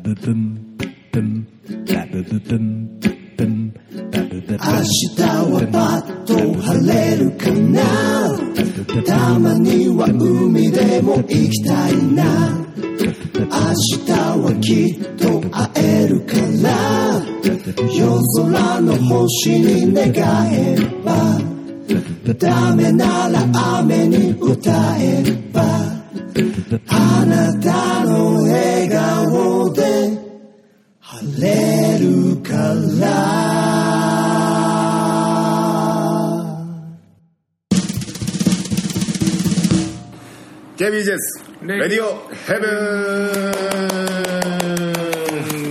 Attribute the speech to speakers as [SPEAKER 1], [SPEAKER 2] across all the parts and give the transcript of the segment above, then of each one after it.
[SPEAKER 1] Ba-ba-ba-bum, bum, ba-ba-ba-bum, bum, ba-ba-ba-bum,
[SPEAKER 2] 明日はパッと晴れるかな
[SPEAKER 1] ba-ba-ba-bum,
[SPEAKER 2] たまには海でも行きたいな明
[SPEAKER 1] ba-ba-ba-bum,
[SPEAKER 2] 日はきっと会えるから夜空の星に願えば
[SPEAKER 1] ba-ba-ba-bum,
[SPEAKER 2] ダメなら雨に歌えばあなたの笑顔で晴れるから
[SPEAKER 3] KBJ ですレディオヘブ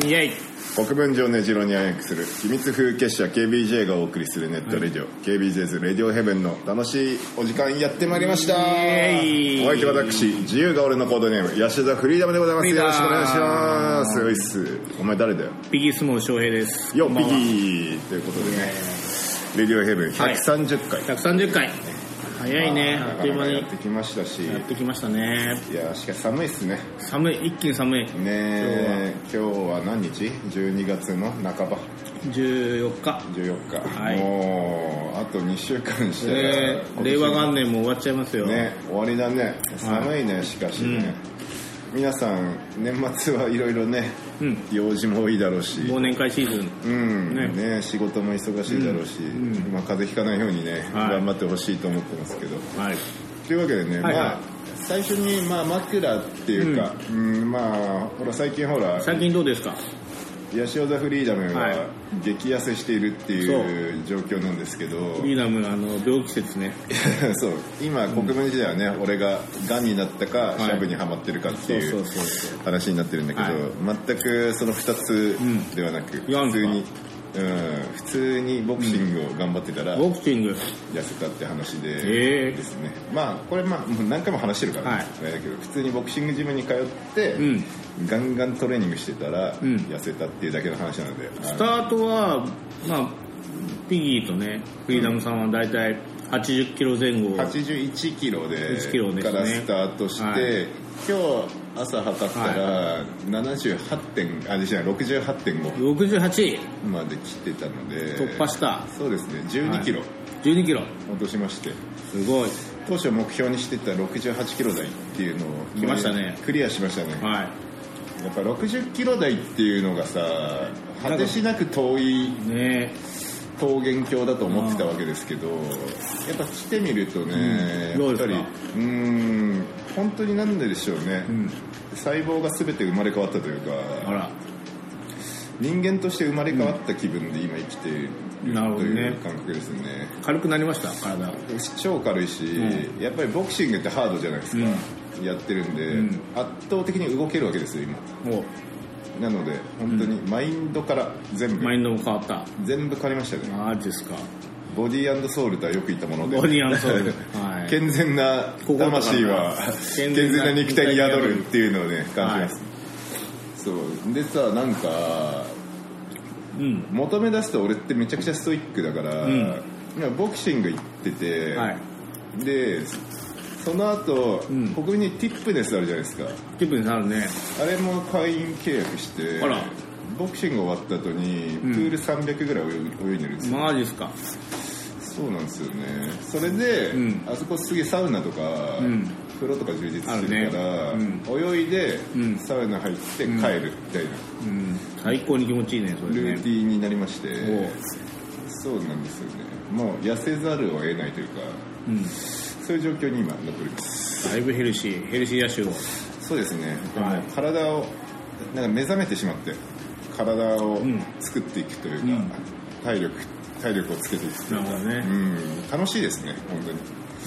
[SPEAKER 3] ン
[SPEAKER 4] イェイ
[SPEAKER 3] 国分寺をねじろに暗躍する秘密風結社 KBJ がお送りするネットレディオ、KBJ's レディオヘブンの楽しいお時間やってまいりました
[SPEAKER 4] イエイ
[SPEAKER 3] お相手は私自由が俺のコードネームヤシザフリーダムでございます
[SPEAKER 4] フリー
[SPEAKER 3] よ
[SPEAKER 4] ダム
[SPEAKER 3] ろしくお願いしますういっすお前誰だよ
[SPEAKER 4] ビギースモー翔平です
[SPEAKER 3] よ
[SPEAKER 4] こ
[SPEAKER 3] っ
[SPEAKER 4] ん
[SPEAKER 3] ピ
[SPEAKER 4] ばん
[SPEAKER 3] ギ
[SPEAKER 4] は
[SPEAKER 3] ーということでねレディオヘブン130回、
[SPEAKER 4] 130回早いねあっという間に
[SPEAKER 3] やってきましたし
[SPEAKER 4] やってきましたね
[SPEAKER 3] いやしかし寒いっすね
[SPEAKER 4] 寒い一気に寒い
[SPEAKER 3] ねえ今日は何日 ?12 月の半ば
[SPEAKER 4] 14日
[SPEAKER 3] 14日、
[SPEAKER 4] はい
[SPEAKER 3] もうあと2週間して、
[SPEAKER 4] ね
[SPEAKER 3] 今年
[SPEAKER 4] 令
[SPEAKER 3] も
[SPEAKER 4] 和元年も終わっちゃいますよ、
[SPEAKER 3] ね終わりだね寒いね、しかしね、皆さん年末はいろいろね、
[SPEAKER 4] うん
[SPEAKER 3] 用事も多いだろうし
[SPEAKER 4] 忘年会シーズン
[SPEAKER 3] うんね
[SPEAKER 4] ね
[SPEAKER 3] 仕事も忙しいだろうし、まあ、風邪ひかないようにね、
[SPEAKER 4] はい
[SPEAKER 3] 頑張ってほしいと思ってますけど
[SPEAKER 4] はい
[SPEAKER 3] というわけでね、
[SPEAKER 4] はいはい
[SPEAKER 3] まあ最初にまあ枕っていうか、うんまあほら最近ほら
[SPEAKER 4] 最近どうですか
[SPEAKER 3] ヤシオザフリーダム
[SPEAKER 4] はい
[SPEAKER 3] は激痩せしているっていう状況なんですけど、
[SPEAKER 4] ビーダムあの病気説ね
[SPEAKER 3] そう今国分寺ではね、俺ががんになったか、
[SPEAKER 4] い
[SPEAKER 3] シャブにはまってるかってい
[SPEAKER 4] そううそうそう
[SPEAKER 3] 話になってるんだけど、全くその2つではなく、
[SPEAKER 4] 違うん
[SPEAKER 3] 普通に
[SPEAKER 4] で。
[SPEAKER 3] うん、普通にボクシングを頑張ってたら痩
[SPEAKER 4] ボクシング
[SPEAKER 3] せたって話
[SPEAKER 4] へ
[SPEAKER 3] で
[SPEAKER 4] え
[SPEAKER 3] ですね、まあこれまあもう何回も話してるから、ね
[SPEAKER 4] はい
[SPEAKER 3] あれだけど普通にボクシングジムに通って、
[SPEAKER 4] ん
[SPEAKER 3] ガンガントレーニングしてたら、
[SPEAKER 4] ん
[SPEAKER 3] 痩せたっていうだけの話なので
[SPEAKER 4] スタートはまあピギーとねフリーダムさんは大体80キロ前後
[SPEAKER 3] 81キロで
[SPEAKER 4] 1キロです
[SPEAKER 3] か
[SPEAKER 4] ね
[SPEAKER 3] らスタートして、
[SPEAKER 4] はい
[SPEAKER 3] 今日朝測ったら78点、あじゃあ68.5
[SPEAKER 4] 68
[SPEAKER 3] まで来てたので
[SPEAKER 4] 突破した
[SPEAKER 3] そうですね12キロ
[SPEAKER 4] 12キロ
[SPEAKER 3] 落としまして、
[SPEAKER 4] すごい
[SPEAKER 3] 当初目標にしてた68キロ台っていうのを
[SPEAKER 4] 来ましたね
[SPEAKER 3] クリアしましたね、
[SPEAKER 4] はい
[SPEAKER 3] やっぱ60キロ台っていうのがさ果てしなく遠い
[SPEAKER 4] ね
[SPEAKER 3] 桃源郷だと思ってたわけですけどやっぱ来てみるとね、
[SPEAKER 4] うんど
[SPEAKER 3] や
[SPEAKER 4] う
[SPEAKER 3] っぱ
[SPEAKER 4] ですか
[SPEAKER 3] りうーん本当になんででしょうね、
[SPEAKER 4] ん
[SPEAKER 3] 細胞が全て生まれ変わったというか
[SPEAKER 4] あら
[SPEAKER 3] 人間として生まれ変わった気分で今生きていると
[SPEAKER 4] なるほどね
[SPEAKER 3] いう感覚ですね
[SPEAKER 4] 軽くなりました体
[SPEAKER 3] 超軽いし、やっぱりボクシングってハードじゃないですか、やってるんで、
[SPEAKER 4] ん
[SPEAKER 3] 圧倒的に動けるわけですよ今
[SPEAKER 4] も
[SPEAKER 3] なので本当にマインドから全
[SPEAKER 4] う
[SPEAKER 3] 部、
[SPEAKER 4] マインドも変わった
[SPEAKER 3] 全部変わりましたね
[SPEAKER 4] マジですか
[SPEAKER 3] ボディソウルとはよく言ったもので
[SPEAKER 4] ボディ ソウルはい
[SPEAKER 3] 健全な魂は健
[SPEAKER 4] 健
[SPEAKER 3] 全
[SPEAKER 4] 全
[SPEAKER 3] な
[SPEAKER 4] な
[SPEAKER 3] 肉
[SPEAKER 4] 肉
[SPEAKER 3] 体
[SPEAKER 4] 体
[SPEAKER 3] に
[SPEAKER 4] に
[SPEAKER 3] 宿る
[SPEAKER 4] 宿る
[SPEAKER 3] っていうのをね感じます、そうでさなんか
[SPEAKER 4] うん
[SPEAKER 3] 求め出すと俺ってめちゃくちゃストイックだから、
[SPEAKER 4] ん
[SPEAKER 3] 今ボクシング行ってて、
[SPEAKER 4] はい
[SPEAKER 3] でその後、
[SPEAKER 4] ん
[SPEAKER 3] 国民にティップネスあるじゃないですか
[SPEAKER 4] 気分になるね
[SPEAKER 3] あれも会員契約して
[SPEAKER 4] あら
[SPEAKER 3] ボクシング終わった後にプール300ぐらい泳い泳いでるんですよ
[SPEAKER 4] マジですか
[SPEAKER 3] そうなんですよねそれで、
[SPEAKER 4] うん
[SPEAKER 3] あそこすげえサウナとか、
[SPEAKER 4] ん
[SPEAKER 3] 風呂とか充実してるから
[SPEAKER 4] あるね
[SPEAKER 3] 泳いで、
[SPEAKER 4] うん
[SPEAKER 3] サウナ入って帰るみたいな
[SPEAKER 4] うん最高に気持ちいいねそれ
[SPEAKER 3] ルーテ
[SPEAKER 4] ね
[SPEAKER 3] ィンになりまして、
[SPEAKER 4] おう
[SPEAKER 3] そうなんですよねもう痩せざるを得ないというか
[SPEAKER 4] うん
[SPEAKER 3] そういう状況に今なっております
[SPEAKER 4] だいぶヘルシーヘルシー野手を
[SPEAKER 3] そうですね、
[SPEAKER 4] はい
[SPEAKER 3] でも体をなんか目覚めてしまって体を
[SPEAKER 4] ん
[SPEAKER 3] 作っていくというか、
[SPEAKER 4] ん
[SPEAKER 3] 体力体力をつけていくと
[SPEAKER 4] な
[SPEAKER 3] いう
[SPEAKER 4] る
[SPEAKER 3] か
[SPEAKER 4] ほどね
[SPEAKER 3] うん楽しいですね本当に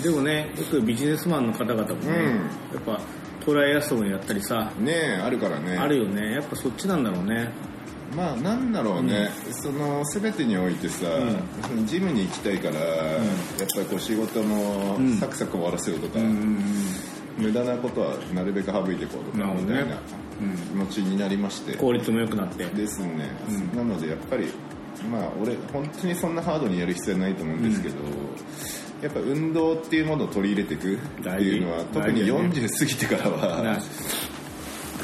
[SPEAKER 4] でもねよくビジネスマンの方々もね、
[SPEAKER 3] うん
[SPEAKER 4] やっぱトライアスロンやったりさ、
[SPEAKER 3] ねえあるからね
[SPEAKER 4] あるよねやっぱそっちなんだろうね
[SPEAKER 3] まあなんだろうね、その全てにおいてさ、そのジムに行きたいから、やっぱりこう仕事も
[SPEAKER 4] ん
[SPEAKER 3] サクサク終わらせようとか、
[SPEAKER 4] うん
[SPEAKER 3] 無駄なことはなるべく省いていこうとか
[SPEAKER 4] なるほ
[SPEAKER 3] み
[SPEAKER 4] ど
[SPEAKER 3] た
[SPEAKER 4] ね
[SPEAKER 3] いな気持ちになりまして、
[SPEAKER 4] 効率も良くなって
[SPEAKER 3] ですね、なのでやっぱりまあ俺本当にそんなハードにやる必要はないと思うんですけど、やっぱ運動っていうものを取り入れていくっていうのは
[SPEAKER 4] 大事
[SPEAKER 3] 特に
[SPEAKER 4] 大事だね
[SPEAKER 3] 40過ぎてからは
[SPEAKER 4] な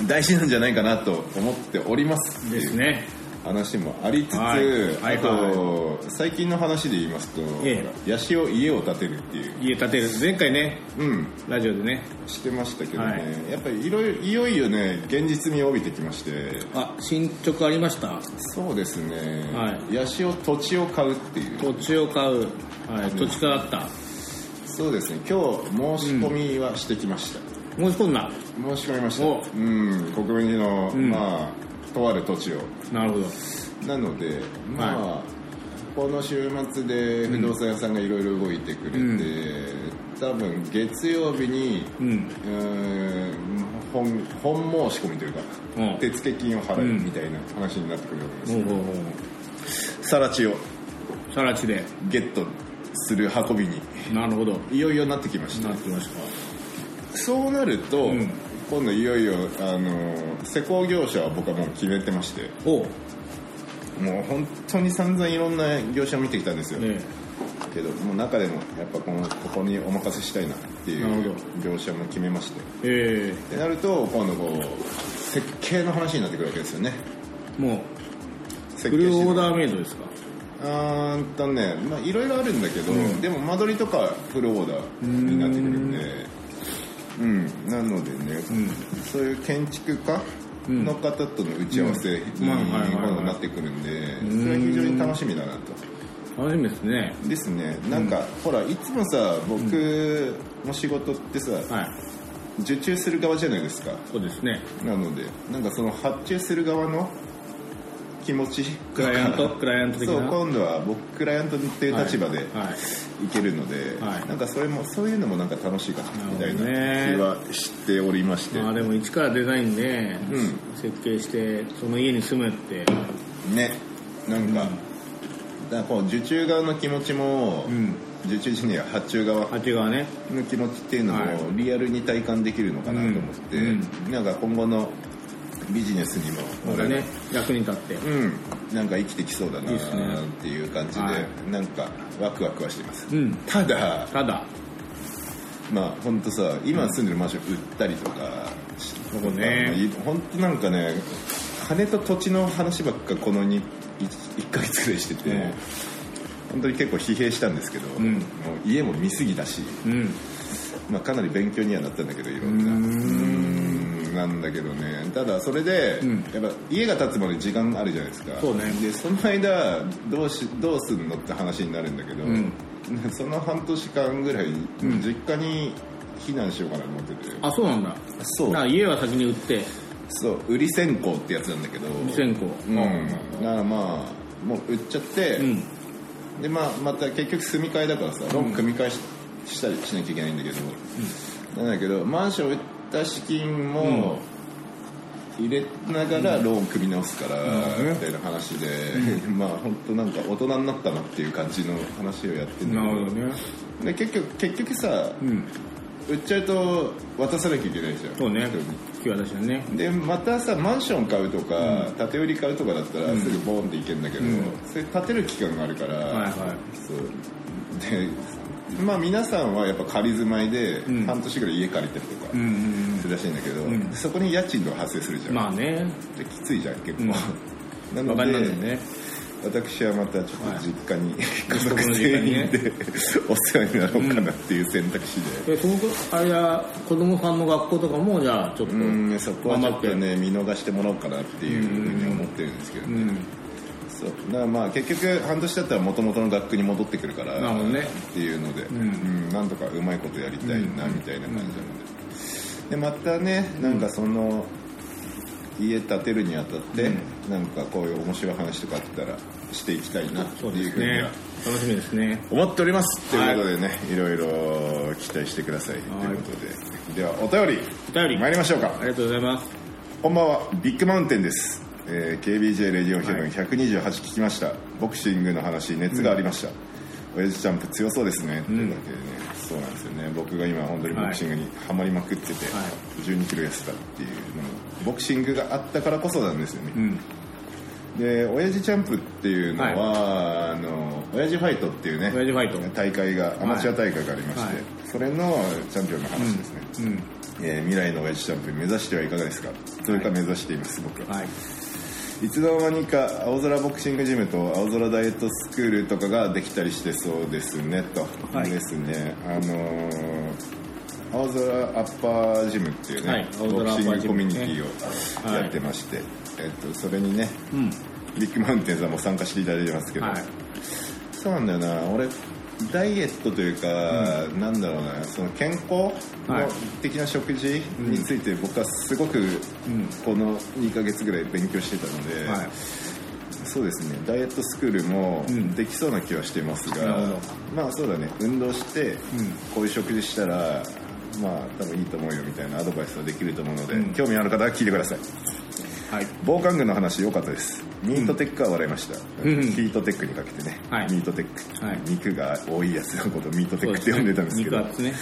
[SPEAKER 3] 大事なんじゃないかなと思っておりますってい
[SPEAKER 4] です
[SPEAKER 3] う
[SPEAKER 4] ね
[SPEAKER 3] 話もありつつ、
[SPEAKER 4] はいはい
[SPEAKER 3] あと最近の話で言いますと、
[SPEAKER 4] え
[SPEAKER 3] ヤシオ家を建てるっていう、
[SPEAKER 4] 家建てる前回ね
[SPEAKER 3] うん、
[SPEAKER 4] ラジオでね
[SPEAKER 3] してましたけどね、
[SPEAKER 4] はい
[SPEAKER 3] やっぱりいろいろいよいよね現実味を帯びてきまして
[SPEAKER 4] あ進捗ありました
[SPEAKER 3] そうですね、
[SPEAKER 4] は
[SPEAKER 3] ヤシオ土地を買うっていう
[SPEAKER 4] 土地を買う、はい、土地買った
[SPEAKER 3] そうですね今日申し込みはしてきました、
[SPEAKER 4] 申し込んだ
[SPEAKER 3] 申し込みましたう
[SPEAKER 4] お
[SPEAKER 3] ん国分寺の、
[SPEAKER 4] ん
[SPEAKER 3] まあとある土地を
[SPEAKER 4] なるほど
[SPEAKER 3] なのでまあ、この週末で不動産屋さんがいろいろ動いてくれて、
[SPEAKER 4] うん
[SPEAKER 3] 多分月曜日に
[SPEAKER 4] うん
[SPEAKER 3] うーん本本申し込みというか、
[SPEAKER 4] うん
[SPEAKER 3] 手付金を払うみたいな話になってくるわけです、
[SPEAKER 4] ほうほうほ
[SPEAKER 3] さら地を
[SPEAKER 4] うさら地で
[SPEAKER 3] ゲットする運びに
[SPEAKER 4] なるほど
[SPEAKER 3] いよいよなってきました
[SPEAKER 4] なってました
[SPEAKER 3] そうなると、
[SPEAKER 4] ん
[SPEAKER 3] 今度いよいよあの施工業者は僕はもう決めてまして
[SPEAKER 4] おう
[SPEAKER 3] もう本当に散々いろんな業者を見てきたんですよ、
[SPEAKER 4] ね
[SPEAKER 3] けどもう中でもやっぱこのここにお任せしたいなってい
[SPEAKER 4] なる
[SPEAKER 3] う業者も決めまして
[SPEAKER 4] ええ
[SPEAKER 3] ってなると今度こう設計の話になってくるわけですよね
[SPEAKER 4] ーもう
[SPEAKER 3] 設
[SPEAKER 4] フ
[SPEAKER 3] 計
[SPEAKER 4] ル
[SPEAKER 3] して
[SPEAKER 4] オーダーメイドですか
[SPEAKER 3] あーんとねまあいろいろあるんだけど、
[SPEAKER 4] ん
[SPEAKER 3] でも間取りとかフルオーダーになってくるんでうんなのでね、そういう建築家の方との打ち合わせに
[SPEAKER 4] うんまあはいはいはい
[SPEAKER 3] 今度なってくるんでそれは非常に楽しみだなと。
[SPEAKER 4] 楽しみですね
[SPEAKER 3] ですねなんか、ほらいつもさ僕の仕事ってさ、
[SPEAKER 4] はい
[SPEAKER 3] 受注する側じゃないですか
[SPEAKER 4] そうですね
[SPEAKER 3] なのでなんかその発注する側の気持ち
[SPEAKER 4] クライアン トクライアント的な
[SPEAKER 3] そう今度は僕クライアントっていう立場で、
[SPEAKER 4] はい
[SPEAKER 3] いけるので、
[SPEAKER 4] はい
[SPEAKER 3] なんかそれもそういうのもなんか楽しいかなみたいな
[SPEAKER 4] な
[SPEAKER 3] 気
[SPEAKER 4] るほ
[SPEAKER 3] はしておりまして
[SPEAKER 4] まあ
[SPEAKER 3] ね
[SPEAKER 4] でも一からデザインで
[SPEAKER 3] う
[SPEAKER 4] 設計してその家に住むって
[SPEAKER 3] なんか,、だからこう受注側の気持ちも、
[SPEAKER 4] ん
[SPEAKER 3] 受注時には発注側
[SPEAKER 4] あっち側ね
[SPEAKER 3] の気持ちっていうの
[SPEAKER 4] はい
[SPEAKER 3] もリアルに体感できるのかなと思って、
[SPEAKER 4] うん
[SPEAKER 3] なんか今後のビジネスにも
[SPEAKER 4] またね役に立って
[SPEAKER 3] うん、なんか生きてきそうだない
[SPEAKER 4] いっすね
[SPEAKER 3] っていう感じで
[SPEAKER 4] は
[SPEAKER 3] なんかワクワクはしてます、
[SPEAKER 4] うん
[SPEAKER 3] ただ
[SPEAKER 4] ただ
[SPEAKER 3] まあ本当さ今住んでるマンション売ったりとか
[SPEAKER 4] こね
[SPEAKER 3] 本当なんかね金と土地の話ばっかこのに1, ヶ月ぐらいしてて、
[SPEAKER 4] うん
[SPEAKER 3] 本当に結構疲弊したんですけど、
[SPEAKER 4] ん
[SPEAKER 3] もう家も見過ぎだし、
[SPEAKER 4] うん
[SPEAKER 3] まあ、かなり勉強にはなったんだけどいろんなうーんなんだけどねただそれで、
[SPEAKER 4] ん
[SPEAKER 3] やっぱ家が建つまで時間あるじゃないですか
[SPEAKER 4] そうね
[SPEAKER 3] でその間どうしどうすんのって話になるんだけど、
[SPEAKER 4] ん
[SPEAKER 3] その半年間ぐらい実家に避難しようかなと思ってて、
[SPEAKER 4] あそうなんだ
[SPEAKER 3] そう
[SPEAKER 4] な家は先に売って
[SPEAKER 3] そう売り線香ってやつなんだけど
[SPEAKER 4] 無線香
[SPEAKER 3] うんだからまあもう売っちゃって、
[SPEAKER 4] うん
[SPEAKER 3] でまあまた結局住み替えだからさローン組み替えししたりしなきゃいけないんだけど、なんだけどマンション売った資金も入れながらローン組み直すからみたいな話で、 まあ本当なんか大人になったなっていう感じの話をやってんだ
[SPEAKER 4] な
[SPEAKER 3] け
[SPEAKER 4] るほどね
[SPEAKER 3] で結局結局さ、
[SPEAKER 4] うん
[SPEAKER 3] 売っちゃうと渡さなきゃいけないじゃん
[SPEAKER 4] そうね
[SPEAKER 3] 人に
[SPEAKER 4] 引き渡しだね
[SPEAKER 3] でまたさマンション買うとか、建て売り買うとかだったらすぐボーンっていけるんだけど、それ建てる期間があるから、
[SPEAKER 4] はいは
[SPEAKER 3] そうでまあ皆さんはやっぱ仮住まいで
[SPEAKER 4] ん
[SPEAKER 3] 半年ぐらい家借りてるとか
[SPEAKER 4] うんうん
[SPEAKER 3] するらしいんだけど、
[SPEAKER 4] ん
[SPEAKER 3] そこに家賃が発生するじゃ
[SPEAKER 4] うん
[SPEAKER 3] ん、
[SPEAKER 4] まあね
[SPEAKER 3] できついじゃん結構、
[SPEAKER 4] うん
[SPEAKER 3] な
[SPEAKER 4] バカ
[SPEAKER 3] の
[SPEAKER 4] に
[SPEAKER 3] で
[SPEAKER 4] なんだよね
[SPEAKER 3] 私はまたちょっと実家に、家
[SPEAKER 4] この
[SPEAKER 3] 族
[SPEAKER 4] 実家
[SPEAKER 3] 全
[SPEAKER 4] に
[SPEAKER 3] 員
[SPEAKER 4] ね
[SPEAKER 3] で、 お世話になろうかなっていう選択肢で、
[SPEAKER 4] えそのあれや子供さんの学校とかもじゃあちょっと
[SPEAKER 3] うん、そこはちょっと
[SPEAKER 4] 頑張
[SPEAKER 3] ね見逃してもらおうかなっていうふうに思ってるんですけど
[SPEAKER 4] う
[SPEAKER 3] ね、
[SPEAKER 4] ん
[SPEAKER 3] そうだからまあ結局半年だったら元々の学区に戻ってくるから
[SPEAKER 4] なるほどね
[SPEAKER 3] っていうので、うん
[SPEAKER 4] ん
[SPEAKER 3] なんとかうまいことやりたいなみたいな感じなのででまたねなんかその家建てるにあたって、なんかこういう面白い話とかあったらしていきたいなって
[SPEAKER 4] そうで
[SPEAKER 3] いう
[SPEAKER 4] す
[SPEAKER 3] ふうに
[SPEAKER 4] ね
[SPEAKER 3] は
[SPEAKER 4] 楽しみですね
[SPEAKER 3] 思っておりますということでね、い、ろいろ期待してください、ということでではお便り
[SPEAKER 4] お便り
[SPEAKER 3] 参りましょうか
[SPEAKER 4] ありがとうございます
[SPEAKER 3] こんばんはビッグマウンテンです、えー KBJ レディオンヘブン128聞きました、ボクシングの話熱がありました、親父ジャンプ強そうですね、というわけでねそうなんですよね僕が今本当にボクシングにハマりまくってて、1 2キロ痩せたっていうのもボクシングがあったからこそなんですよね、
[SPEAKER 4] うん
[SPEAKER 3] で親父ジャンプっていうのは、あの親父ファイトっていうね
[SPEAKER 4] 親父ファイト
[SPEAKER 3] 大会がアマチュア大会がありまして、
[SPEAKER 4] はい
[SPEAKER 3] それのチャンピオンの話ですね、
[SPEAKER 4] うん
[SPEAKER 3] えー未来の親父チャンピオン目指してはいかがですかそれか目指しています、僕は
[SPEAKER 4] はい
[SPEAKER 3] いつの間にか青空ボクシングジムと青空ダイエットスクールとかができたりしてそうですねと、
[SPEAKER 4] はい
[SPEAKER 3] ですねあのー青空アッパージムっていうね、
[SPEAKER 4] はい青
[SPEAKER 3] ボ
[SPEAKER 4] 空
[SPEAKER 3] クシ
[SPEAKER 4] アッ
[SPEAKER 3] ン
[SPEAKER 4] パー
[SPEAKER 3] グ
[SPEAKER 4] ジ
[SPEAKER 3] コミュ
[SPEAKER 4] ム
[SPEAKER 3] ニ
[SPEAKER 4] ね
[SPEAKER 3] ティをやってまして、えっと、それにね
[SPEAKER 4] うん
[SPEAKER 3] ビッグマウンテンさんも参加していただいてますけど、
[SPEAKER 4] はい
[SPEAKER 3] そうなんだよな俺ダイエットというか、なんだろうなその健康
[SPEAKER 4] は
[SPEAKER 3] の
[SPEAKER 4] い
[SPEAKER 3] 的な食事について僕はすごくこの2ヶ月ぐらい勉強してたので、
[SPEAKER 4] はい
[SPEAKER 3] そうですねダイエットスクールも
[SPEAKER 4] ん
[SPEAKER 3] できそうな気はしてます
[SPEAKER 4] な
[SPEAKER 3] が、
[SPEAKER 4] るほど
[SPEAKER 3] まあそうだね運動してこういう食事したらまあ多分いいと思うよみたいなアドバイスはできると思うので、興味ある方は聞いてください
[SPEAKER 4] はい
[SPEAKER 3] 防寒具の話良かったですミートテックは笑いました、
[SPEAKER 4] うん
[SPEAKER 3] ヒートテックにかけてね、
[SPEAKER 4] はい
[SPEAKER 3] ミートテック、
[SPEAKER 4] はい
[SPEAKER 3] 肉が多いやつのことをミートテ
[SPEAKER 4] そ
[SPEAKER 3] ッ
[SPEAKER 4] うで
[SPEAKER 3] クって
[SPEAKER 4] す
[SPEAKER 3] 呼んでたんですけど
[SPEAKER 4] 肉厚ね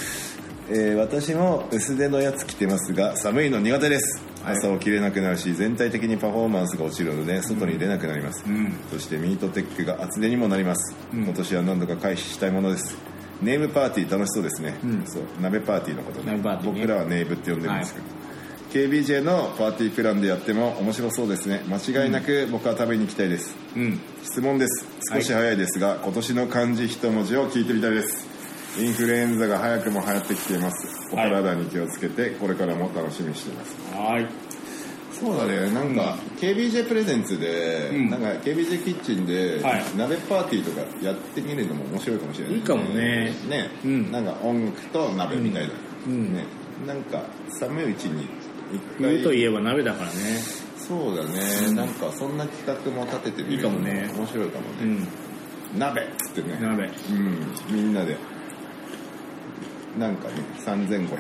[SPEAKER 3] えー私も薄手のやつ着てますが寒いの苦手です、
[SPEAKER 4] はい
[SPEAKER 3] 朝起きれなくなるし全体的にパフォーマンスが落ちるので外に出なくなります、
[SPEAKER 4] ん
[SPEAKER 3] そしてミートテックが厚手にもなります、
[SPEAKER 4] ん
[SPEAKER 3] 今年は何度か回避したいものですネームパーティー楽しそうですね、
[SPEAKER 4] ん
[SPEAKER 3] そう鍋パーティーのことね
[SPEAKER 4] 鍋パーティーね
[SPEAKER 3] 僕らはネーブって呼んでるんですけど、KBJ のパーティープランでやっても面白そうですね間違いなく僕は食べに行きたいです、
[SPEAKER 4] うん
[SPEAKER 3] 質問です少し早いですが、今年の漢字一文字を聞いてみたいですインフルエンザが早くも流行ってきていますお
[SPEAKER 4] はい
[SPEAKER 3] 体に気をつけてこれからも楽しみにしています、
[SPEAKER 4] はい
[SPEAKER 3] そうだねなんか、KBJ プレゼンツで、
[SPEAKER 4] うん
[SPEAKER 3] なんか KBJ キッチンで、
[SPEAKER 4] はい
[SPEAKER 3] 鍋パーティーとかやってみるのも面白いかもしれない、
[SPEAKER 4] いいかもね
[SPEAKER 3] ね、
[SPEAKER 4] うん
[SPEAKER 3] なんか音楽と鍋みたいな、
[SPEAKER 4] うんうん
[SPEAKER 3] ねなんか寒いうちに一回
[SPEAKER 4] 冬といえば鍋だからね
[SPEAKER 3] そうだねなんかそんな企画も立ててみるの
[SPEAKER 4] いいかもね
[SPEAKER 3] 面白いかもね、
[SPEAKER 4] うん
[SPEAKER 3] 鍋っつってね
[SPEAKER 4] 鍋
[SPEAKER 3] うんみんなでなんかね3500円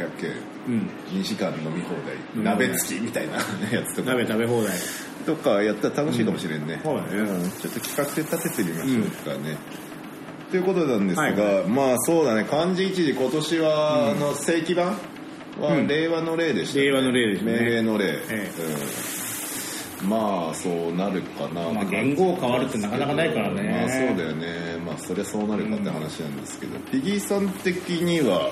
[SPEAKER 4] うん
[SPEAKER 3] 2時間飲み放
[SPEAKER 4] う
[SPEAKER 3] 題
[SPEAKER 4] ん
[SPEAKER 3] 鍋付きみたいなやつとか
[SPEAKER 4] 鍋食べ放題
[SPEAKER 3] とかやったら楽しいかもしれんね、
[SPEAKER 4] うんそうだね
[SPEAKER 3] んちょっと企画で立ててみましょうかね、ということなんですが、
[SPEAKER 4] は
[SPEAKER 3] まあそうだね漢字一字今年は、あの正規版は
[SPEAKER 4] うん
[SPEAKER 3] 令和の令でした、
[SPEAKER 4] 令和の令でしたね
[SPEAKER 3] 命令の令、
[SPEAKER 4] え
[SPEAKER 3] うんまあそうなるかな
[SPEAKER 4] まあ言語変わるってなかなかないからね
[SPEAKER 3] まあそうだよねまあそりゃそうなるかって話なんですけど、ピギーさん的には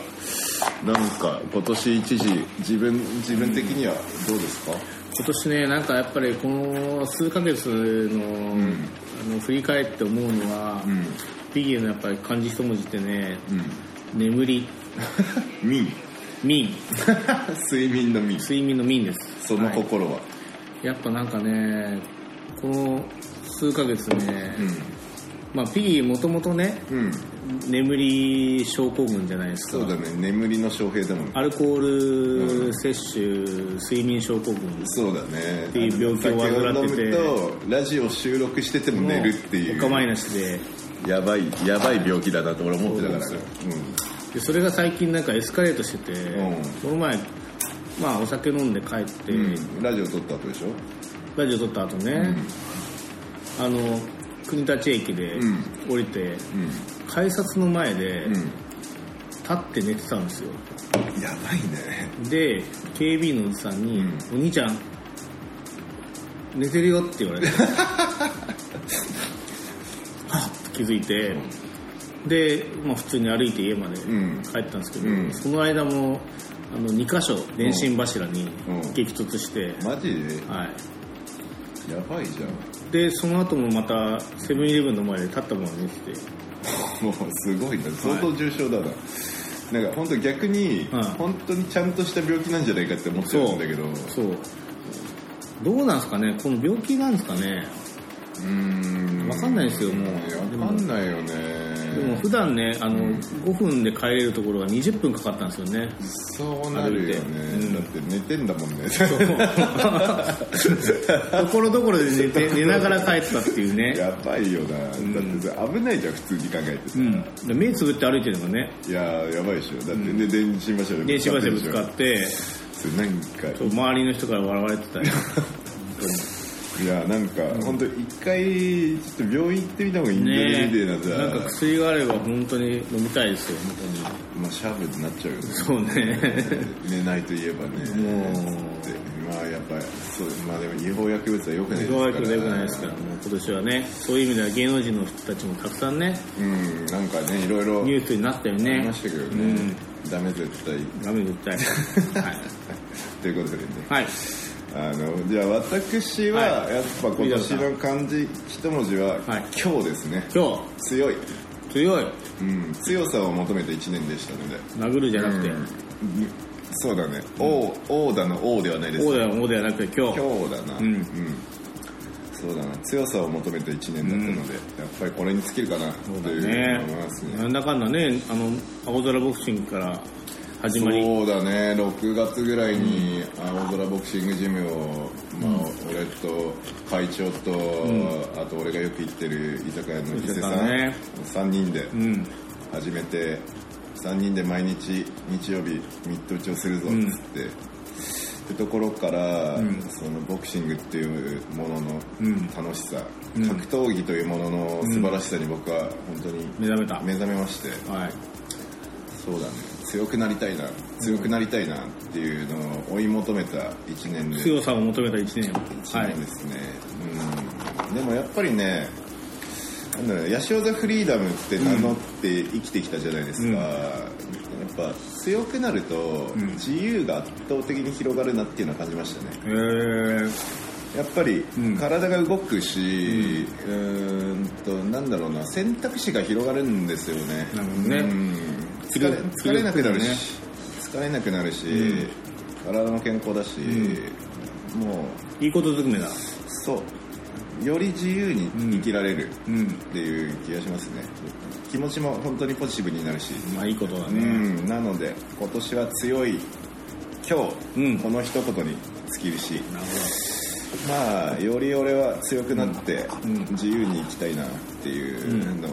[SPEAKER 3] なんか今年一時自分自分的にはどうですか、
[SPEAKER 4] 今年ねなんかやっぱりこの数ヶ月の,、あの振り返って思うのは、
[SPEAKER 3] ん
[SPEAKER 4] ピギーのやっぱり漢字一文字ってね
[SPEAKER 3] うん
[SPEAKER 4] 「眠り」
[SPEAKER 3] 民
[SPEAKER 4] 「眠
[SPEAKER 3] 睡眠の民」
[SPEAKER 4] 睡眠の「眠」です
[SPEAKER 3] その
[SPEAKER 4] はい
[SPEAKER 3] 心は、
[SPEAKER 4] やっぱなんかねこの数ヶ月ね、まあピギーもともとね
[SPEAKER 3] うん、うん、
[SPEAKER 4] 眠り症候群じゃないですか
[SPEAKER 3] そうだね眠りの障平だもん
[SPEAKER 4] アルコール摂取睡眠症候群
[SPEAKER 3] そうだね
[SPEAKER 4] ていう病気を患ってて
[SPEAKER 3] 酒を飲むとラジオ収録してても寝るっていう
[SPEAKER 4] お構いなしで
[SPEAKER 3] やばいやばい病気だなと俺思ってたから
[SPEAKER 4] そう
[SPEAKER 3] ね
[SPEAKER 4] でそれが最近なんかエスカレートしてて、
[SPEAKER 3] うん
[SPEAKER 4] この前まあお酒飲んで帰って、
[SPEAKER 3] うん、うんラジオ撮った後でしょ
[SPEAKER 4] ラジオ撮った後ね、あの国立駅で
[SPEAKER 3] うん
[SPEAKER 4] 降りて、
[SPEAKER 3] うん
[SPEAKER 4] 改札の前で
[SPEAKER 3] うん
[SPEAKER 4] 立って寝てたんですよ
[SPEAKER 3] やばいね
[SPEAKER 4] で警備員のおじさんに
[SPEAKER 3] うん
[SPEAKER 4] 「お兄ちゃん寝てるよ」って言 われてはっと気づいてで、まあ、普通に歩いて家まで
[SPEAKER 3] ん
[SPEAKER 4] 帰ったんですけど、
[SPEAKER 3] うん
[SPEAKER 4] その間もあの2箇所電信柱に
[SPEAKER 3] うん
[SPEAKER 4] 激突して、
[SPEAKER 3] マジで
[SPEAKER 4] はい、
[SPEAKER 3] やばいじゃん
[SPEAKER 4] でその後もまたセブンイレブンの前で立ったまま寝てて
[SPEAKER 3] もうすごいな相当重症だな、なんか本当逆に、
[SPEAKER 4] うん
[SPEAKER 3] 本当にちゃんとした病気なんじゃないかって思っちゃうんだけど
[SPEAKER 4] そうどうなんですかねこの病気なんですかね
[SPEAKER 3] うん
[SPEAKER 4] わかんないですよもう
[SPEAKER 3] わかんないよね
[SPEAKER 4] でも普段ねあの、5分で帰れるところが20分かかったんですよ ね
[SPEAKER 3] そうなるよね、
[SPEAKER 4] 歩いてうん
[SPEAKER 3] だって寝てんだもんね
[SPEAKER 4] ところどころで寝て寝ながら帰ったっていうね、
[SPEAKER 3] やばいよなだってさ危ないじゃん普通に考えてさ、
[SPEAKER 4] うん、で目つぶって歩いてるのがね
[SPEAKER 3] いやーやばいでしょだってね、電信柱で
[SPEAKER 4] 電子柱ぶつか
[SPEAKER 3] っ
[SPEAKER 4] って
[SPEAKER 3] それなんか
[SPEAKER 4] そう周りの人から笑われてたり
[SPEAKER 3] いやなんか、本当一回ちょっと病院行ってみた方がいいんじゃない
[SPEAKER 4] ね
[SPEAKER 3] みたいなさ
[SPEAKER 4] なんか薬があれば本当に飲みたいですよ
[SPEAKER 3] まあシャーブになっちゃうよね
[SPEAKER 4] 本当にそうね
[SPEAKER 3] 寝ないといえばね
[SPEAKER 4] もう
[SPEAKER 3] つってまあやっぱりそうまあでも違法薬物は良くないです
[SPEAKER 4] 不合格でよくないですから、もう今年はね、そういう意味では芸能人の人たちもたくさんね、
[SPEAKER 3] うんなんかねいろいろ
[SPEAKER 4] ニュースになったよ
[SPEAKER 3] あり
[SPEAKER 4] ね
[SPEAKER 3] ま。したけどね、ダメ絶対
[SPEAKER 4] 画面絶 対。はい。
[SPEAKER 3] ということでね
[SPEAKER 4] はい。
[SPEAKER 3] あのじゃあ私は
[SPEAKER 4] は
[SPEAKER 3] やっぱ今年の漢字一文字は
[SPEAKER 4] はい
[SPEAKER 3] 「今日」ですね、
[SPEAKER 4] 今
[SPEAKER 3] 強い、
[SPEAKER 4] 日、強い。
[SPEAKER 3] うん、強さを求めて1年でしたので
[SPEAKER 4] 殴るじゃなくて、
[SPEAKER 3] うんそうだね「王」王だの「王」ではないです
[SPEAKER 4] 王では王ではなくて今日。
[SPEAKER 3] 今日だな、
[SPEAKER 4] うん
[SPEAKER 3] そうだな強さを求めて1年だったので、やっぱりこれに尽きるかなと
[SPEAKER 4] そうだ
[SPEAKER 3] いう
[SPEAKER 4] ね
[SPEAKER 3] 思いますね。
[SPEAKER 4] なんだかんだね、あの、青空ボクシングから始まり、
[SPEAKER 3] そうだね6月ぐらいに青空ボクシングジムを、まあ、俺と会長と、あと俺がよく行ってる居酒屋の伊勢さ
[SPEAKER 4] 居酒
[SPEAKER 3] ん、
[SPEAKER 4] 屋ね
[SPEAKER 3] 3人で
[SPEAKER 4] うん。
[SPEAKER 3] 始めて3人で毎日日曜日ミット打ちをするぞっつって、ってところから、そのボクシングっていうものの
[SPEAKER 4] ん
[SPEAKER 3] 楽しさ、格闘技というものの素晴らしさに僕は本当に
[SPEAKER 4] 目覚めた。
[SPEAKER 3] 目覚めまして。
[SPEAKER 4] はい。
[SPEAKER 3] そうだね強くなりたいな強くなりたいなっていうのを追い求めた1年で
[SPEAKER 4] 強さを求めた一年。
[SPEAKER 3] 一
[SPEAKER 4] はい
[SPEAKER 3] 年。ですね、うんでもやっぱりねなんだろうヤシオザフリーダムって名乗って生きてきたじゃないですか、
[SPEAKER 4] うん
[SPEAKER 3] やっぱ強くなると自由が圧倒的に広がるなっていうのは感じましたね
[SPEAKER 4] えー、
[SPEAKER 3] やっぱり
[SPEAKER 4] うん
[SPEAKER 3] 体が動くし、うーんとなんだろうな選択肢が広がるんですよね
[SPEAKER 4] なるほどね
[SPEAKER 3] うん疲れ
[SPEAKER 4] 気力
[SPEAKER 3] 疲れなくなるし、
[SPEAKER 4] ね
[SPEAKER 3] 疲れなくなるし、体も健康だし、もう
[SPEAKER 4] いいことずくめだ。
[SPEAKER 3] そうより自由に生きられる
[SPEAKER 4] うん。
[SPEAKER 3] っていう気がしますね、気持ちも本当にポジティブになるし、
[SPEAKER 4] まあいいことだ
[SPEAKER 3] う
[SPEAKER 4] ね。
[SPEAKER 3] ん、なので今年は強い今日、
[SPEAKER 4] うん
[SPEAKER 3] この一言に尽きるし
[SPEAKER 4] なる
[SPEAKER 3] まあより俺は強くなって、
[SPEAKER 4] うん
[SPEAKER 3] 自由に生きたいなっていうのを、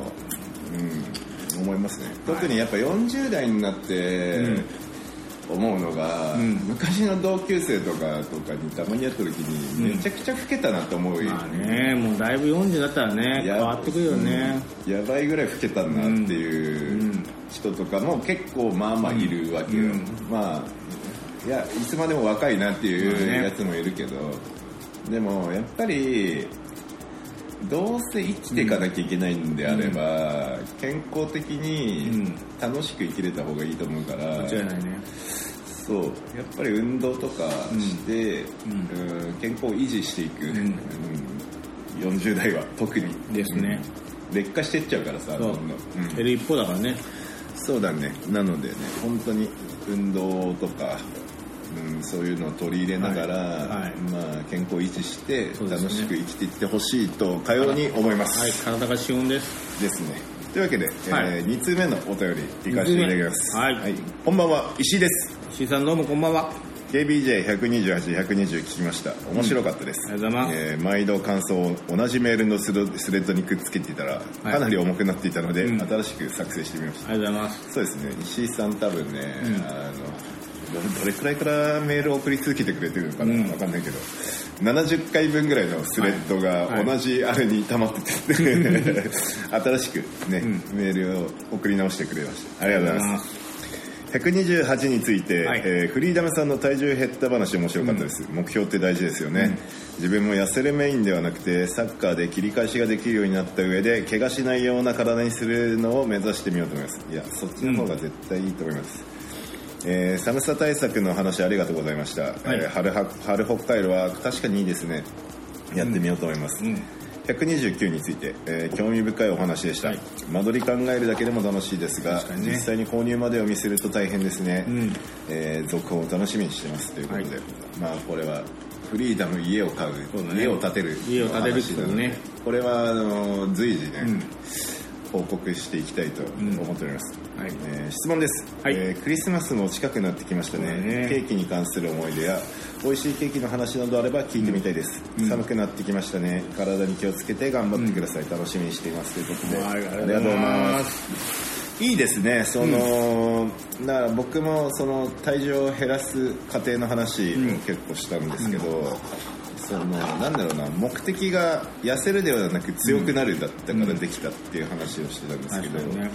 [SPEAKER 3] うん思いますね特にやっぱ40代になって、
[SPEAKER 4] うん
[SPEAKER 3] 思うのが、
[SPEAKER 4] ん
[SPEAKER 3] 昔の同級生とかとかにたまにやった時に
[SPEAKER 4] うん
[SPEAKER 3] めちゃくちゃ老けたなって思う、
[SPEAKER 4] ほど。まあね、もうだいぶ40だったらね、変
[SPEAKER 3] や
[SPEAKER 4] わってくるよね。
[SPEAKER 3] うんやばいぐらい老けたなっていううん人とかも結構まあまあいるわけよ、
[SPEAKER 4] うん
[SPEAKER 3] まあいやいつまでも若いなって
[SPEAKER 4] まあ
[SPEAKER 3] いう
[SPEAKER 4] ね
[SPEAKER 3] やつもいるけど、でもやっぱりどうせ生きていかなきゃいけないんであれば、健康的
[SPEAKER 4] う
[SPEAKER 3] に
[SPEAKER 4] ん
[SPEAKER 3] 楽しく生きれた方がいいと思うから、
[SPEAKER 4] 間違いないね。
[SPEAKER 3] そうやっぱり運動とかして、うん健康を維持していく、
[SPEAKER 4] ん
[SPEAKER 3] うん40代は特に
[SPEAKER 4] ですね
[SPEAKER 3] うん劣化してっちゃうからさ
[SPEAKER 4] そう
[SPEAKER 3] どんどんうん
[SPEAKER 4] 減る一方だからね。
[SPEAKER 3] そうだねなのでね本当に運動とか、うん、そういうのを取り入れながら、
[SPEAKER 4] はいはい
[SPEAKER 3] まあ、健康を維持して
[SPEAKER 4] そうで
[SPEAKER 3] 楽
[SPEAKER 4] すね
[SPEAKER 3] しく生きていってほしいとかように思います、
[SPEAKER 4] はい、体が資本です。
[SPEAKER 3] ですねというわけで、
[SPEAKER 4] は
[SPEAKER 3] え
[SPEAKER 4] い
[SPEAKER 3] 2通目のお便りいかせていただきます、
[SPEAKER 4] はい
[SPEAKER 3] こんばんは石井です
[SPEAKER 4] 石井さんどうもこんばんは。
[SPEAKER 3] KBJ128、120聞きました。面白かったです。
[SPEAKER 4] うんありがとうございます
[SPEAKER 3] えー毎度感想を同じメールのスレスレッドにくっつけていたら、かなり重くなっていたので、
[SPEAKER 4] うん
[SPEAKER 3] 新しく作成してみました。
[SPEAKER 4] ありがとうございます。
[SPEAKER 3] そうですね、石井さん多分ね、あのど、どれくらいからメールを送り続けてくれてるのかな、
[SPEAKER 4] うん
[SPEAKER 3] わかんないけど、70回分ぐらいのスレッド
[SPEAKER 4] は
[SPEAKER 3] が
[SPEAKER 4] い
[SPEAKER 3] 同じあれに溜まってて、 新しくね、メールを送り直してくれました。ありがとうございます。128について、
[SPEAKER 4] はい
[SPEAKER 3] えーフリーダムさんの体重減った話面白かったです、目標って大事ですよね、自分も痩せるメインではなくてサッカーで切り返しができるようになった上で怪我しないような体にするのを目指してみようと思いますいやそっちの方が絶対いいと思います、えー寒さ対策の話ありがとうございました、えー春は春北海道は確かにいいですねやってみようと思います、
[SPEAKER 4] うん
[SPEAKER 3] 129について、えー興味深いお話でした、
[SPEAKER 4] はい
[SPEAKER 3] 間取り考えるだけでも楽しいですが、
[SPEAKER 4] 確かにね
[SPEAKER 3] 実際に購入までを見せると大変ですね、
[SPEAKER 4] うん
[SPEAKER 3] えー続報を楽しみにしてますということで、
[SPEAKER 4] はい
[SPEAKER 3] まあこれはフリーダム家を買う
[SPEAKER 4] そうだね
[SPEAKER 3] 家を建てる
[SPEAKER 4] 家を建てるってこと
[SPEAKER 3] の話な
[SPEAKER 4] ね
[SPEAKER 3] のでこれはあのー随時ね、報告していきたいと思っております、
[SPEAKER 4] はい
[SPEAKER 3] えー質問です、
[SPEAKER 4] はい
[SPEAKER 3] えークリスマスも近くなってきましたね
[SPEAKER 4] そうだね
[SPEAKER 3] ケーキに関する思い出や美味しいケーキの話などあれば聞いてみたいです、寒くなってきましたね体に気をつけて頑張ってください、楽しみにしていますということで、
[SPEAKER 4] はい
[SPEAKER 3] ありがとうございますいいですねその、だから僕もその体重を減らす過程の話を結構したんですけど、そのなんだろうな目的が痩せるではなく強くなるだったからできたっていう話をしてたんですけ
[SPEAKER 4] 確
[SPEAKER 3] ど、
[SPEAKER 4] かにね。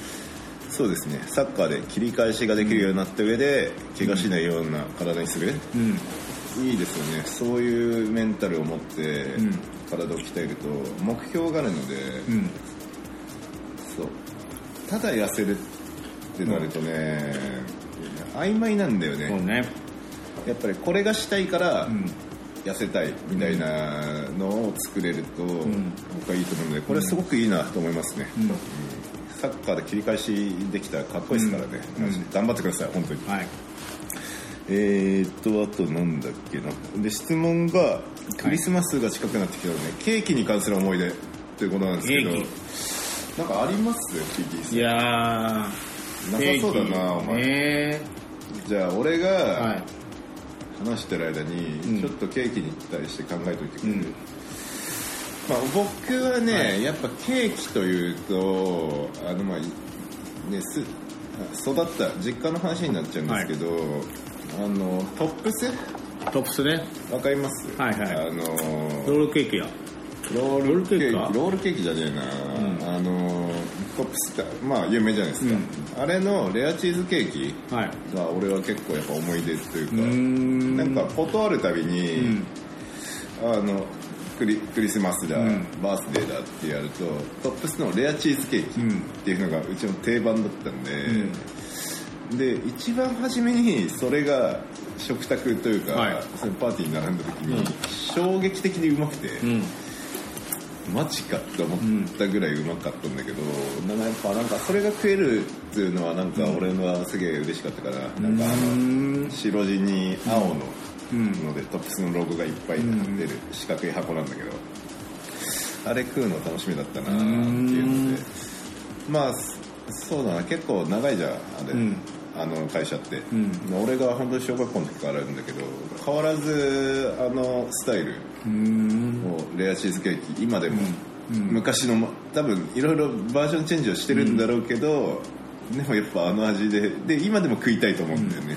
[SPEAKER 3] そうですねサッカーで切り返しができるようになった上で怪我しないような体にする、
[SPEAKER 4] うん。
[SPEAKER 3] いいですよねそういうメンタルを持って
[SPEAKER 4] ん
[SPEAKER 3] 体を鍛えると目標があるので、
[SPEAKER 4] うん
[SPEAKER 3] そうただ痩せるってなるとね、曖昧なんだよね、
[SPEAKER 4] そうね
[SPEAKER 3] やっぱりこれがしたいから
[SPEAKER 4] ん
[SPEAKER 3] 痩せたいみたいなのを作れると、僕はいいと思うのでこれはすごくいいなと思いますね、
[SPEAKER 4] ん
[SPEAKER 3] サッカーで切り返しできたらかっこいいですからね、マジで頑張ってください本当に
[SPEAKER 4] はい
[SPEAKER 3] えー、っとあとなんだっけなで質問がクリスマスが近くなってきたので、ケーキに関する思い出ということなんですけど
[SPEAKER 4] ケー
[SPEAKER 3] なんかありますキキさん
[SPEAKER 4] いや
[SPEAKER 3] な
[SPEAKER 4] ー
[SPEAKER 3] さそうだなお前
[SPEAKER 4] ね
[SPEAKER 3] じゃあ俺が、
[SPEAKER 4] えはい
[SPEAKER 3] 話してる間に、
[SPEAKER 4] うん
[SPEAKER 3] ちょっとケーキに対して考えといてくれる、
[SPEAKER 4] うん
[SPEAKER 3] まあ、僕はね、やっぱケーキというとあのまあいねす育った実家の話になっちゃうんですけど、あのトップス
[SPEAKER 4] トップスね
[SPEAKER 3] わかります
[SPEAKER 4] はいはい
[SPEAKER 3] あの
[SPEAKER 4] ロールケーキや
[SPEAKER 3] ロ
[SPEAKER 4] ールケーキか
[SPEAKER 3] ロールケーキじゃねえな、あのトップスってまあ有名じゃないですか、あれのレアチーズケーキ
[SPEAKER 4] はい
[SPEAKER 3] が俺は結構やっぱ思い出というか、
[SPEAKER 4] うーん
[SPEAKER 3] なんか断るたびに、
[SPEAKER 4] ん
[SPEAKER 3] あのクリクリスマスだ、
[SPEAKER 4] ん
[SPEAKER 3] バースデーだってやるとトップスのレアチーズケーキ
[SPEAKER 4] うん
[SPEAKER 3] っていうのがうちの定番だったんで、で一番初めにそれが食卓というか、
[SPEAKER 4] はい
[SPEAKER 3] そのパーティーに並んだ時に、衝撃的にうまくて、
[SPEAKER 4] うん
[SPEAKER 3] マジかって思ったぐらいうまかったんだけど、なんかやっぱなんかそれが食えるっていうのはなんか俺はすげえ嬉しかったから、なんかあの
[SPEAKER 4] うん
[SPEAKER 3] 白地に青の
[SPEAKER 4] うん
[SPEAKER 3] ので、トップスのロゴがいっぱい貼ってる四角い箱なんだけど、あれ食うの楽しみだったなっていうのでまあそそうだな結構長いじゃんあれ、
[SPEAKER 4] ん
[SPEAKER 3] あの会社って、
[SPEAKER 4] ん
[SPEAKER 3] 俺が本当に小学校の時からあるんだけど変わらずあのスタイル
[SPEAKER 4] うん
[SPEAKER 3] もうレアチーズケーキ今でも、
[SPEAKER 4] うんうん
[SPEAKER 3] 昔のも多分いろいろバージョンチェンジをしてるんだろうけど、でもやっぱあの味でで今でも食いたいと思うんだよね、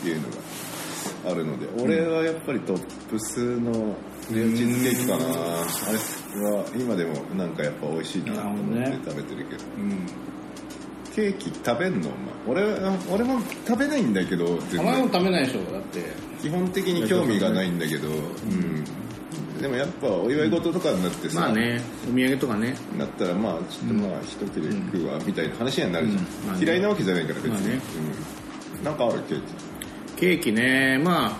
[SPEAKER 3] っていうのがあるので俺はやっぱりトップスのレアチーズケーキかな、あれは今でもなんかやっぱ美味しいなと思っ
[SPEAKER 4] な
[SPEAKER 3] て
[SPEAKER 4] るほ
[SPEAKER 3] 食べてるけど
[SPEAKER 4] うん
[SPEAKER 3] ケーキ食べんのお前俺は俺も食べないんだけど全
[SPEAKER 4] お
[SPEAKER 3] 然
[SPEAKER 4] 前も食べないでしょだって
[SPEAKER 3] 基本的に興味がないんだけど、うんでもやっぱお祝い事とかになってさ、
[SPEAKER 4] まあねお土産とかね
[SPEAKER 3] なったらまあちょっとまあ一切れ食うわみたいな話にはなるじゃん、
[SPEAKER 4] うんまあね
[SPEAKER 3] 嫌いなわけじゃないから別に、
[SPEAKER 4] まあね
[SPEAKER 3] うん、なんかあるケー
[SPEAKER 4] ケーキねまあ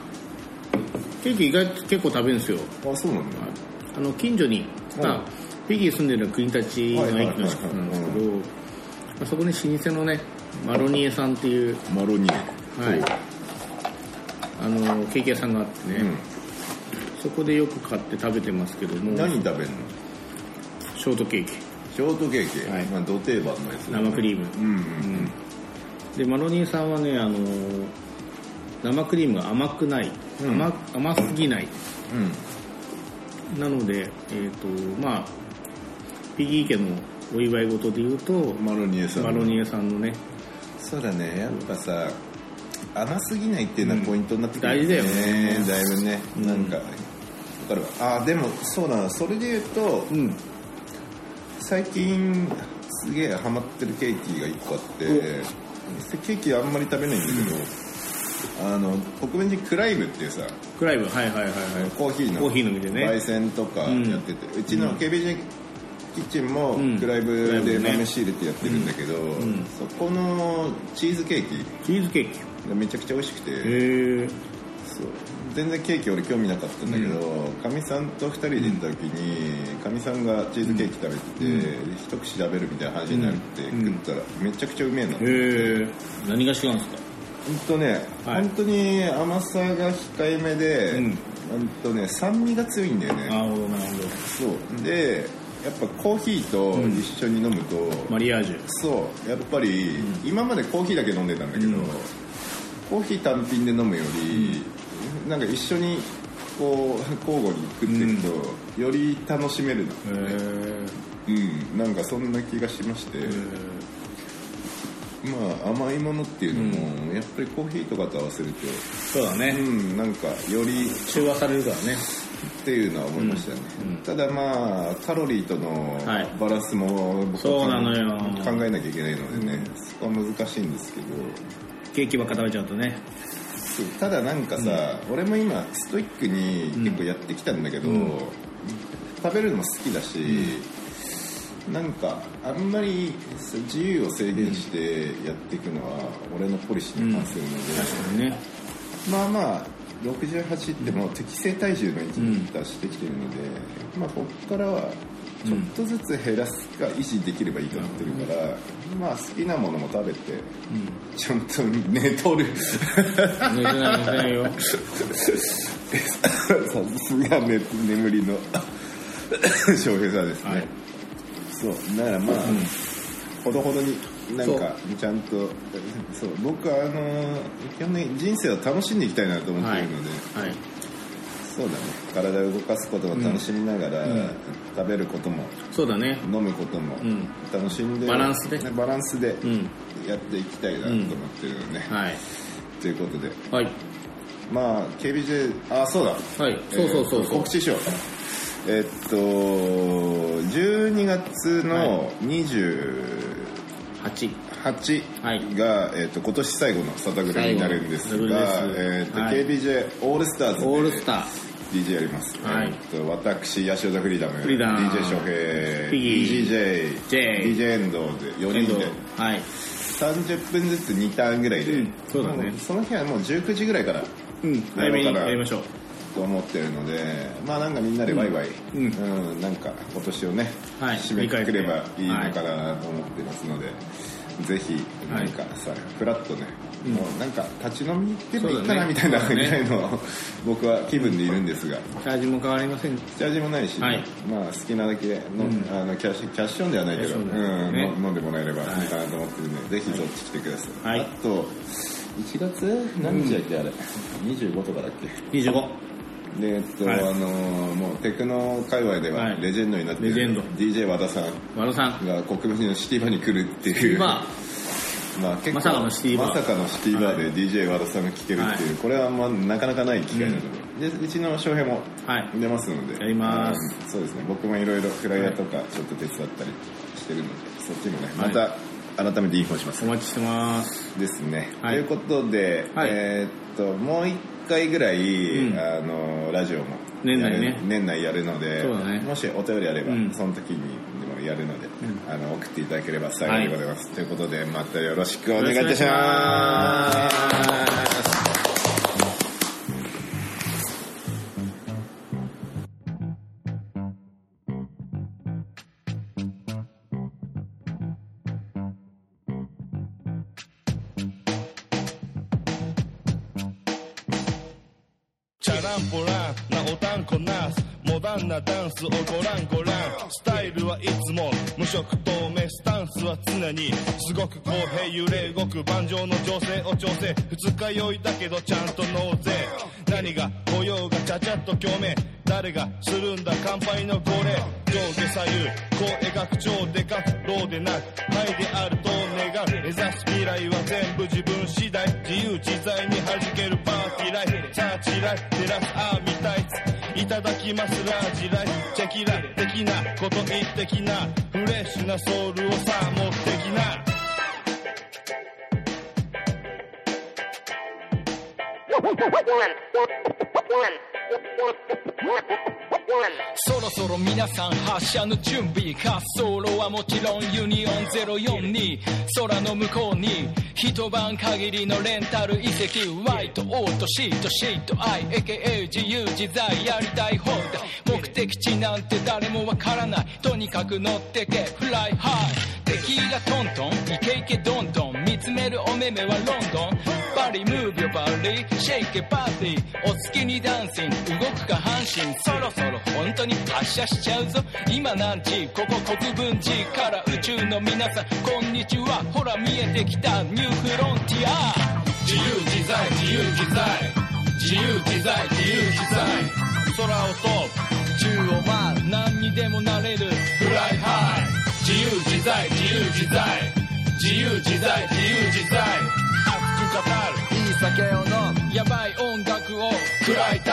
[SPEAKER 4] ケーキ意外と結構食べるんですよ
[SPEAKER 3] キあそうなんだ、
[SPEAKER 4] あの近所に、
[SPEAKER 3] うん
[SPEAKER 4] まあ、フィギー住んでるのは国立の駅の近く
[SPEAKER 3] はいはいはいはい
[SPEAKER 4] なんですけど、まあ、そこに老舗のねマロニエさんっていう、
[SPEAKER 3] マロニエ
[SPEAKER 4] はい、あのケーキ屋さんがあってね、
[SPEAKER 3] う
[SPEAKER 4] そこでよく買って食べてますけども
[SPEAKER 3] ん、何食べんの
[SPEAKER 4] ショートケーキ
[SPEAKER 3] ショートケーキ、
[SPEAKER 4] はい
[SPEAKER 3] まあ、ど定番のやつだね
[SPEAKER 4] 生クリーム、
[SPEAKER 3] うんうん
[SPEAKER 4] でマロニエさんはねあの生クリームが甘くない、
[SPEAKER 3] うん
[SPEAKER 4] 甘甘すぎない
[SPEAKER 3] うんうん
[SPEAKER 4] なので、えーとまあ、ピギー家のお祝い事でいうと、
[SPEAKER 3] マロニエさん
[SPEAKER 4] マロニエさんのね
[SPEAKER 3] そうだねやっぱさ甘すぎないっていうのはポイントになってくる
[SPEAKER 4] うん大事だよね
[SPEAKER 3] だいぶね
[SPEAKER 4] うん
[SPEAKER 3] なんか、わかるわあでもそうだなそれで言うと
[SPEAKER 4] うん
[SPEAKER 3] 最近すげえハマってるケーキが1個あってケーキあんまり食べないんだけど、あの国民人クライブっていうさ、
[SPEAKER 4] クライブはいはいはいはい
[SPEAKER 3] コーヒーの
[SPEAKER 4] コーヒー飲みでね
[SPEAKER 3] 焙煎とかやってて、うちの KBJ キッチンも
[SPEAKER 4] うん
[SPEAKER 3] クライブ
[SPEAKER 4] クライ
[SPEAKER 3] で
[SPEAKER 4] ブね
[SPEAKER 3] 豆仕入れてやってるんだけど、
[SPEAKER 4] ん
[SPEAKER 3] そこのチーズケーキ
[SPEAKER 4] チーズケーキ
[SPEAKER 3] がめちゃくちゃ美味しくて、
[SPEAKER 4] へえ
[SPEAKER 3] そう全然ケーキ俺興味なかったんだけどかみ、さんと2人で行った時にかみ、さんがチーズケーキ食べてて、一口食べるみたいな話になって、
[SPEAKER 4] うん
[SPEAKER 3] 食ったらめちゃくちゃうめえな、ほん
[SPEAKER 4] へえ何が違うんですか
[SPEAKER 3] とね、
[SPEAKER 4] はい
[SPEAKER 3] 本当に甘さが控えめで、
[SPEAKER 4] うん
[SPEAKER 3] ほんとね酸味が強いんだよね
[SPEAKER 4] なるほどなるほど
[SPEAKER 3] そうでやっぱコーヒーと一緒に飲むと、
[SPEAKER 4] マリアージュ
[SPEAKER 3] そうやっぱり、今までコーヒーだけ飲んでたんだけど、
[SPEAKER 4] うん
[SPEAKER 3] コーヒー単品で飲むより、なんか一緒にこう 交互に食っていくと、より楽しめるの
[SPEAKER 4] へえ
[SPEAKER 3] うんなんかそんな気がしまして、まあ甘いものっていうのも、やっぱりコーヒーとかと合わせると
[SPEAKER 4] そうだ
[SPEAKER 3] う
[SPEAKER 4] ね
[SPEAKER 3] んなんかより
[SPEAKER 4] 中和されるからね
[SPEAKER 3] っていうのは思いましたね、ただまあカロリーとの
[SPEAKER 4] はい
[SPEAKER 3] バランスも僕
[SPEAKER 4] そうな
[SPEAKER 3] は
[SPEAKER 4] のよ
[SPEAKER 3] 考えなきゃいけないのでね、そこは難しいんですけど
[SPEAKER 4] ケーキばっか食べちゃうとね
[SPEAKER 3] そうただなんかさ、俺も今ストイックに結構やってきたんだけど、食べるのも好きだし、なんかあんまりそう自由を制限してやっていくのは俺のポリシーに関するので、
[SPEAKER 4] ね
[SPEAKER 3] まあまあ68ってもう適正体重の域に達してきてるので、まあここからはちょっとずつ減らすか維持できればいいと思ってるから、まあ好きなものも食べて、ちゃんと寝とる
[SPEAKER 4] 寝てない寝 てないよ
[SPEAKER 3] さすが、ね、眠りの翔平さんですね、
[SPEAKER 4] はい
[SPEAKER 3] そうだからまあ、ほどほどになんかちゃんとそう僕はあの基本的に人生を楽しんでいきたいなと思って
[SPEAKER 4] はいい
[SPEAKER 3] るので、
[SPEAKER 4] はい
[SPEAKER 3] そうだね体を動かすことも楽しみながら、食べることも
[SPEAKER 4] そうだね
[SPEAKER 3] 飲むことも
[SPEAKER 4] ん
[SPEAKER 3] 楽しんで、
[SPEAKER 4] バランスで
[SPEAKER 3] ねバランスで
[SPEAKER 4] ん
[SPEAKER 3] やっていきたいなと思ってるのね、
[SPEAKER 4] はい
[SPEAKER 3] ということで
[SPEAKER 4] はい
[SPEAKER 3] まあ KBJ あそうだ
[SPEAKER 4] はいそうそうそう
[SPEAKER 3] えー
[SPEAKER 4] そう
[SPEAKER 3] 告知しようえっと12月の28
[SPEAKER 4] 8はい
[SPEAKER 3] が、えっと今年最後のサタグレになるんです
[SPEAKER 4] 最後の
[SPEAKER 3] が
[SPEAKER 4] サタグレです
[SPEAKER 3] えっと
[SPEAKER 4] はい
[SPEAKER 3] KBJ オールスターズで
[SPEAKER 4] オールスター
[SPEAKER 3] DJ やります、
[SPEAKER 4] はい
[SPEAKER 3] えっと私八代田フリーダム
[SPEAKER 4] フリーダム
[SPEAKER 3] DJ 翔平
[SPEAKER 4] ピギー
[SPEAKER 3] DJJ
[SPEAKER 4] J
[SPEAKER 3] DJ エンドで4人で
[SPEAKER 4] はい
[SPEAKER 3] 30分ずつ2ターンぐらいで、
[SPEAKER 4] うんそうだね
[SPEAKER 3] もその日はもう19時ぐらいから
[SPEAKER 4] うん早めにやりましょう
[SPEAKER 3] と思ってるのでまあなんかみんなでワイワイ、う
[SPEAKER 4] うんん
[SPEAKER 3] なんか今年をね、
[SPEAKER 4] はい
[SPEAKER 3] 締めくくればいいのかなと思ってますので、ぜひなんかさフラッとね、もうなんか立ち飲み行ってもいいかなみたいな、
[SPEAKER 4] そうだね
[SPEAKER 3] ぐらいの 僕は気分でいるんですが、
[SPEAKER 4] チャージも変わりません
[SPEAKER 3] チャージもないし、
[SPEAKER 4] はい
[SPEAKER 3] まあ好きなだけの、あのキャッシュキャッシュオンではないけど、
[SPEAKER 4] キャッシュオンではな
[SPEAKER 3] う
[SPEAKER 4] い
[SPEAKER 3] ん、
[SPEAKER 4] ね
[SPEAKER 3] 飲んでもらえればい
[SPEAKER 4] はい
[SPEAKER 3] いかなと思ってるんで、ぜひそっち来てください。
[SPEAKER 4] はい
[SPEAKER 3] あと1月何日だっけあれ、25とかだっけ
[SPEAKER 4] 25
[SPEAKER 3] でえっと、
[SPEAKER 4] はい
[SPEAKER 3] あのーもうテクノ界隈では
[SPEAKER 4] はい
[SPEAKER 3] レジェンドになってる、
[SPEAKER 4] レジェンド
[SPEAKER 3] DJ 和田さ
[SPEAKER 4] 和田さ
[SPEAKER 3] ん
[SPEAKER 4] ん
[SPEAKER 3] が国分寺のシティバーに来るっていう
[SPEAKER 4] まあ
[SPEAKER 3] まあ結構
[SPEAKER 4] まさかのシティバー
[SPEAKER 3] まさかのシティバーで DJ 和田さんが聴けるっていう、これはまあなかなかない機会なので、でうちの翔平も
[SPEAKER 4] はい
[SPEAKER 3] 出ますので、
[SPEAKER 4] やります
[SPEAKER 3] うんそうですね僕もいろいろフライヤーとかちょっと手伝ったりしてるのでそっちもねま
[SPEAKER 4] はい
[SPEAKER 3] た改めてインフォします
[SPEAKER 4] お待ちしてます
[SPEAKER 3] ですね、
[SPEAKER 4] はい
[SPEAKER 3] ということで、
[SPEAKER 4] はい
[SPEAKER 3] えーっともう一回ぐらい、
[SPEAKER 4] うん
[SPEAKER 3] あのラジオも
[SPEAKER 4] 年内ね
[SPEAKER 3] やる年内やるので、
[SPEAKER 4] そうだね
[SPEAKER 3] もしお便りあれば、
[SPEAKER 4] うん
[SPEAKER 3] その時にでもやるので、あの送っていただければ幸いでございます、ということでまたよろしくお願いいたします
[SPEAKER 5] チャランポランなおたんこナースモダンなダンスをごらんごらんスタイルはいつも無色透明スタンスは常にすごく公平揺れ動く盤上の情勢を調整二日酔いだけどちゃんと納税何が模様がちゃちゃっと共鳴誰がするんだ乾杯の号令上下左右こう描く超でかくローでなく愛であると願う目指す未来は全部自分次第自由自在に弾けるパーティーライフサーチライフ照らすアーミータイツいただきますラージライフチェキラ的なこと言的なフレッシュなソウルをさ持ってきな
[SPEAKER 6] そろそろ皆さん発車の準備滑走路はもちろんユニオン042空の向こうに一晩限りのレンタル遺跡 Y と O と C と C と I AKA 自由自在やりたい放題目的地なんて誰もわからないとにかく乗ってけフライハイテキーラトントンイケイケドンドン見つめるお目目はロンドンバリムービーバリシェイケパーティーお好きにダンシング動く下半身そろそろ本当に発射しちゃうぞ今何時ここ国分寺から宇宙の皆さんこんにちはほら見えてきたニューフロンティア
[SPEAKER 5] 自由自在自由自在自由自在自由自在空を飛ぶ
[SPEAKER 6] 宙を回る何にでもなれる
[SPEAKER 5] フライハイ自由自在自由自在自由自在自由自在熱く語る
[SPEAKER 6] いい酒を飲むやばい音楽を
[SPEAKER 5] 食らいたい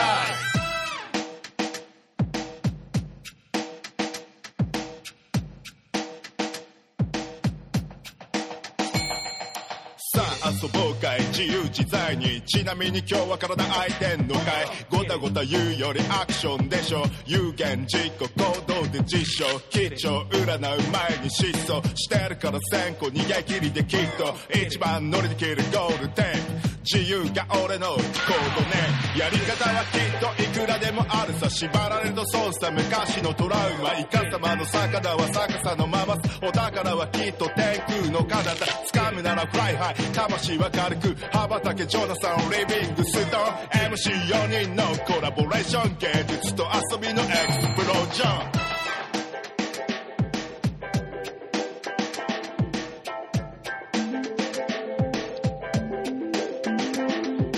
[SPEAKER 5] さあ遊ぼうかい自由自在にちなみに今日は体空いてんのかいごたごた言うよりアクションでしょ有言実行行動で実証吉兆占う前に失踪してるから先行逃げ切りできっと一番乗りできるゴールテン自由が俺の行動ねやり方はきっといくらでもあるさ縛られると損した昔のトラウマイカ様の魚は逆さのままお宝はきっと天空の彼方掴むならフライハイ魂は軽く羽ばたけジョナサンリビングストーン MC4 人のコラボレーション芸術と遊びのエクスプロージョン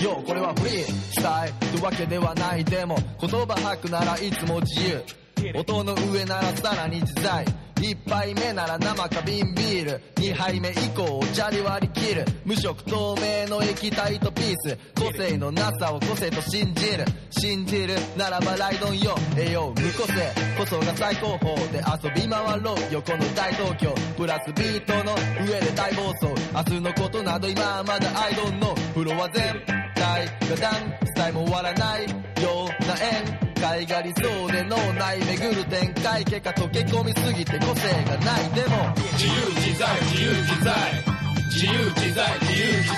[SPEAKER 7] よこれはフリースタイルってわけではないでも言葉吐くならいつも自由音の上ならさらに自在一杯目なら生か瓶ビール二杯目以降をじゃり割り切る無色透明の液体とピース個性のなさを個性と信じる信じるならばライドンよ栄養無個性こそが最高峰で遊び回ろう横の大東京プラスビートの上で大暴走明日のことなど今はまだアイドンの風呂は全体がダンスタイも終わらないような宴海が理想で脳内巡る展開結果溶け込みすぎて個性がないでも
[SPEAKER 5] 自由自在自由自在自由自在自由自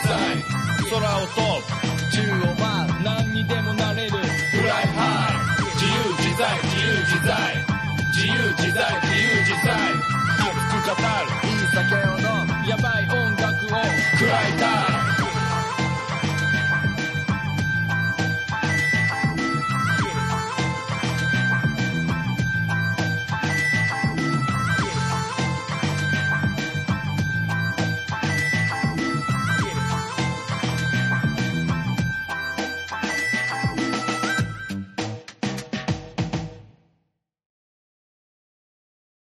[SPEAKER 5] 在空を飛ぶ
[SPEAKER 7] 中央は
[SPEAKER 5] 何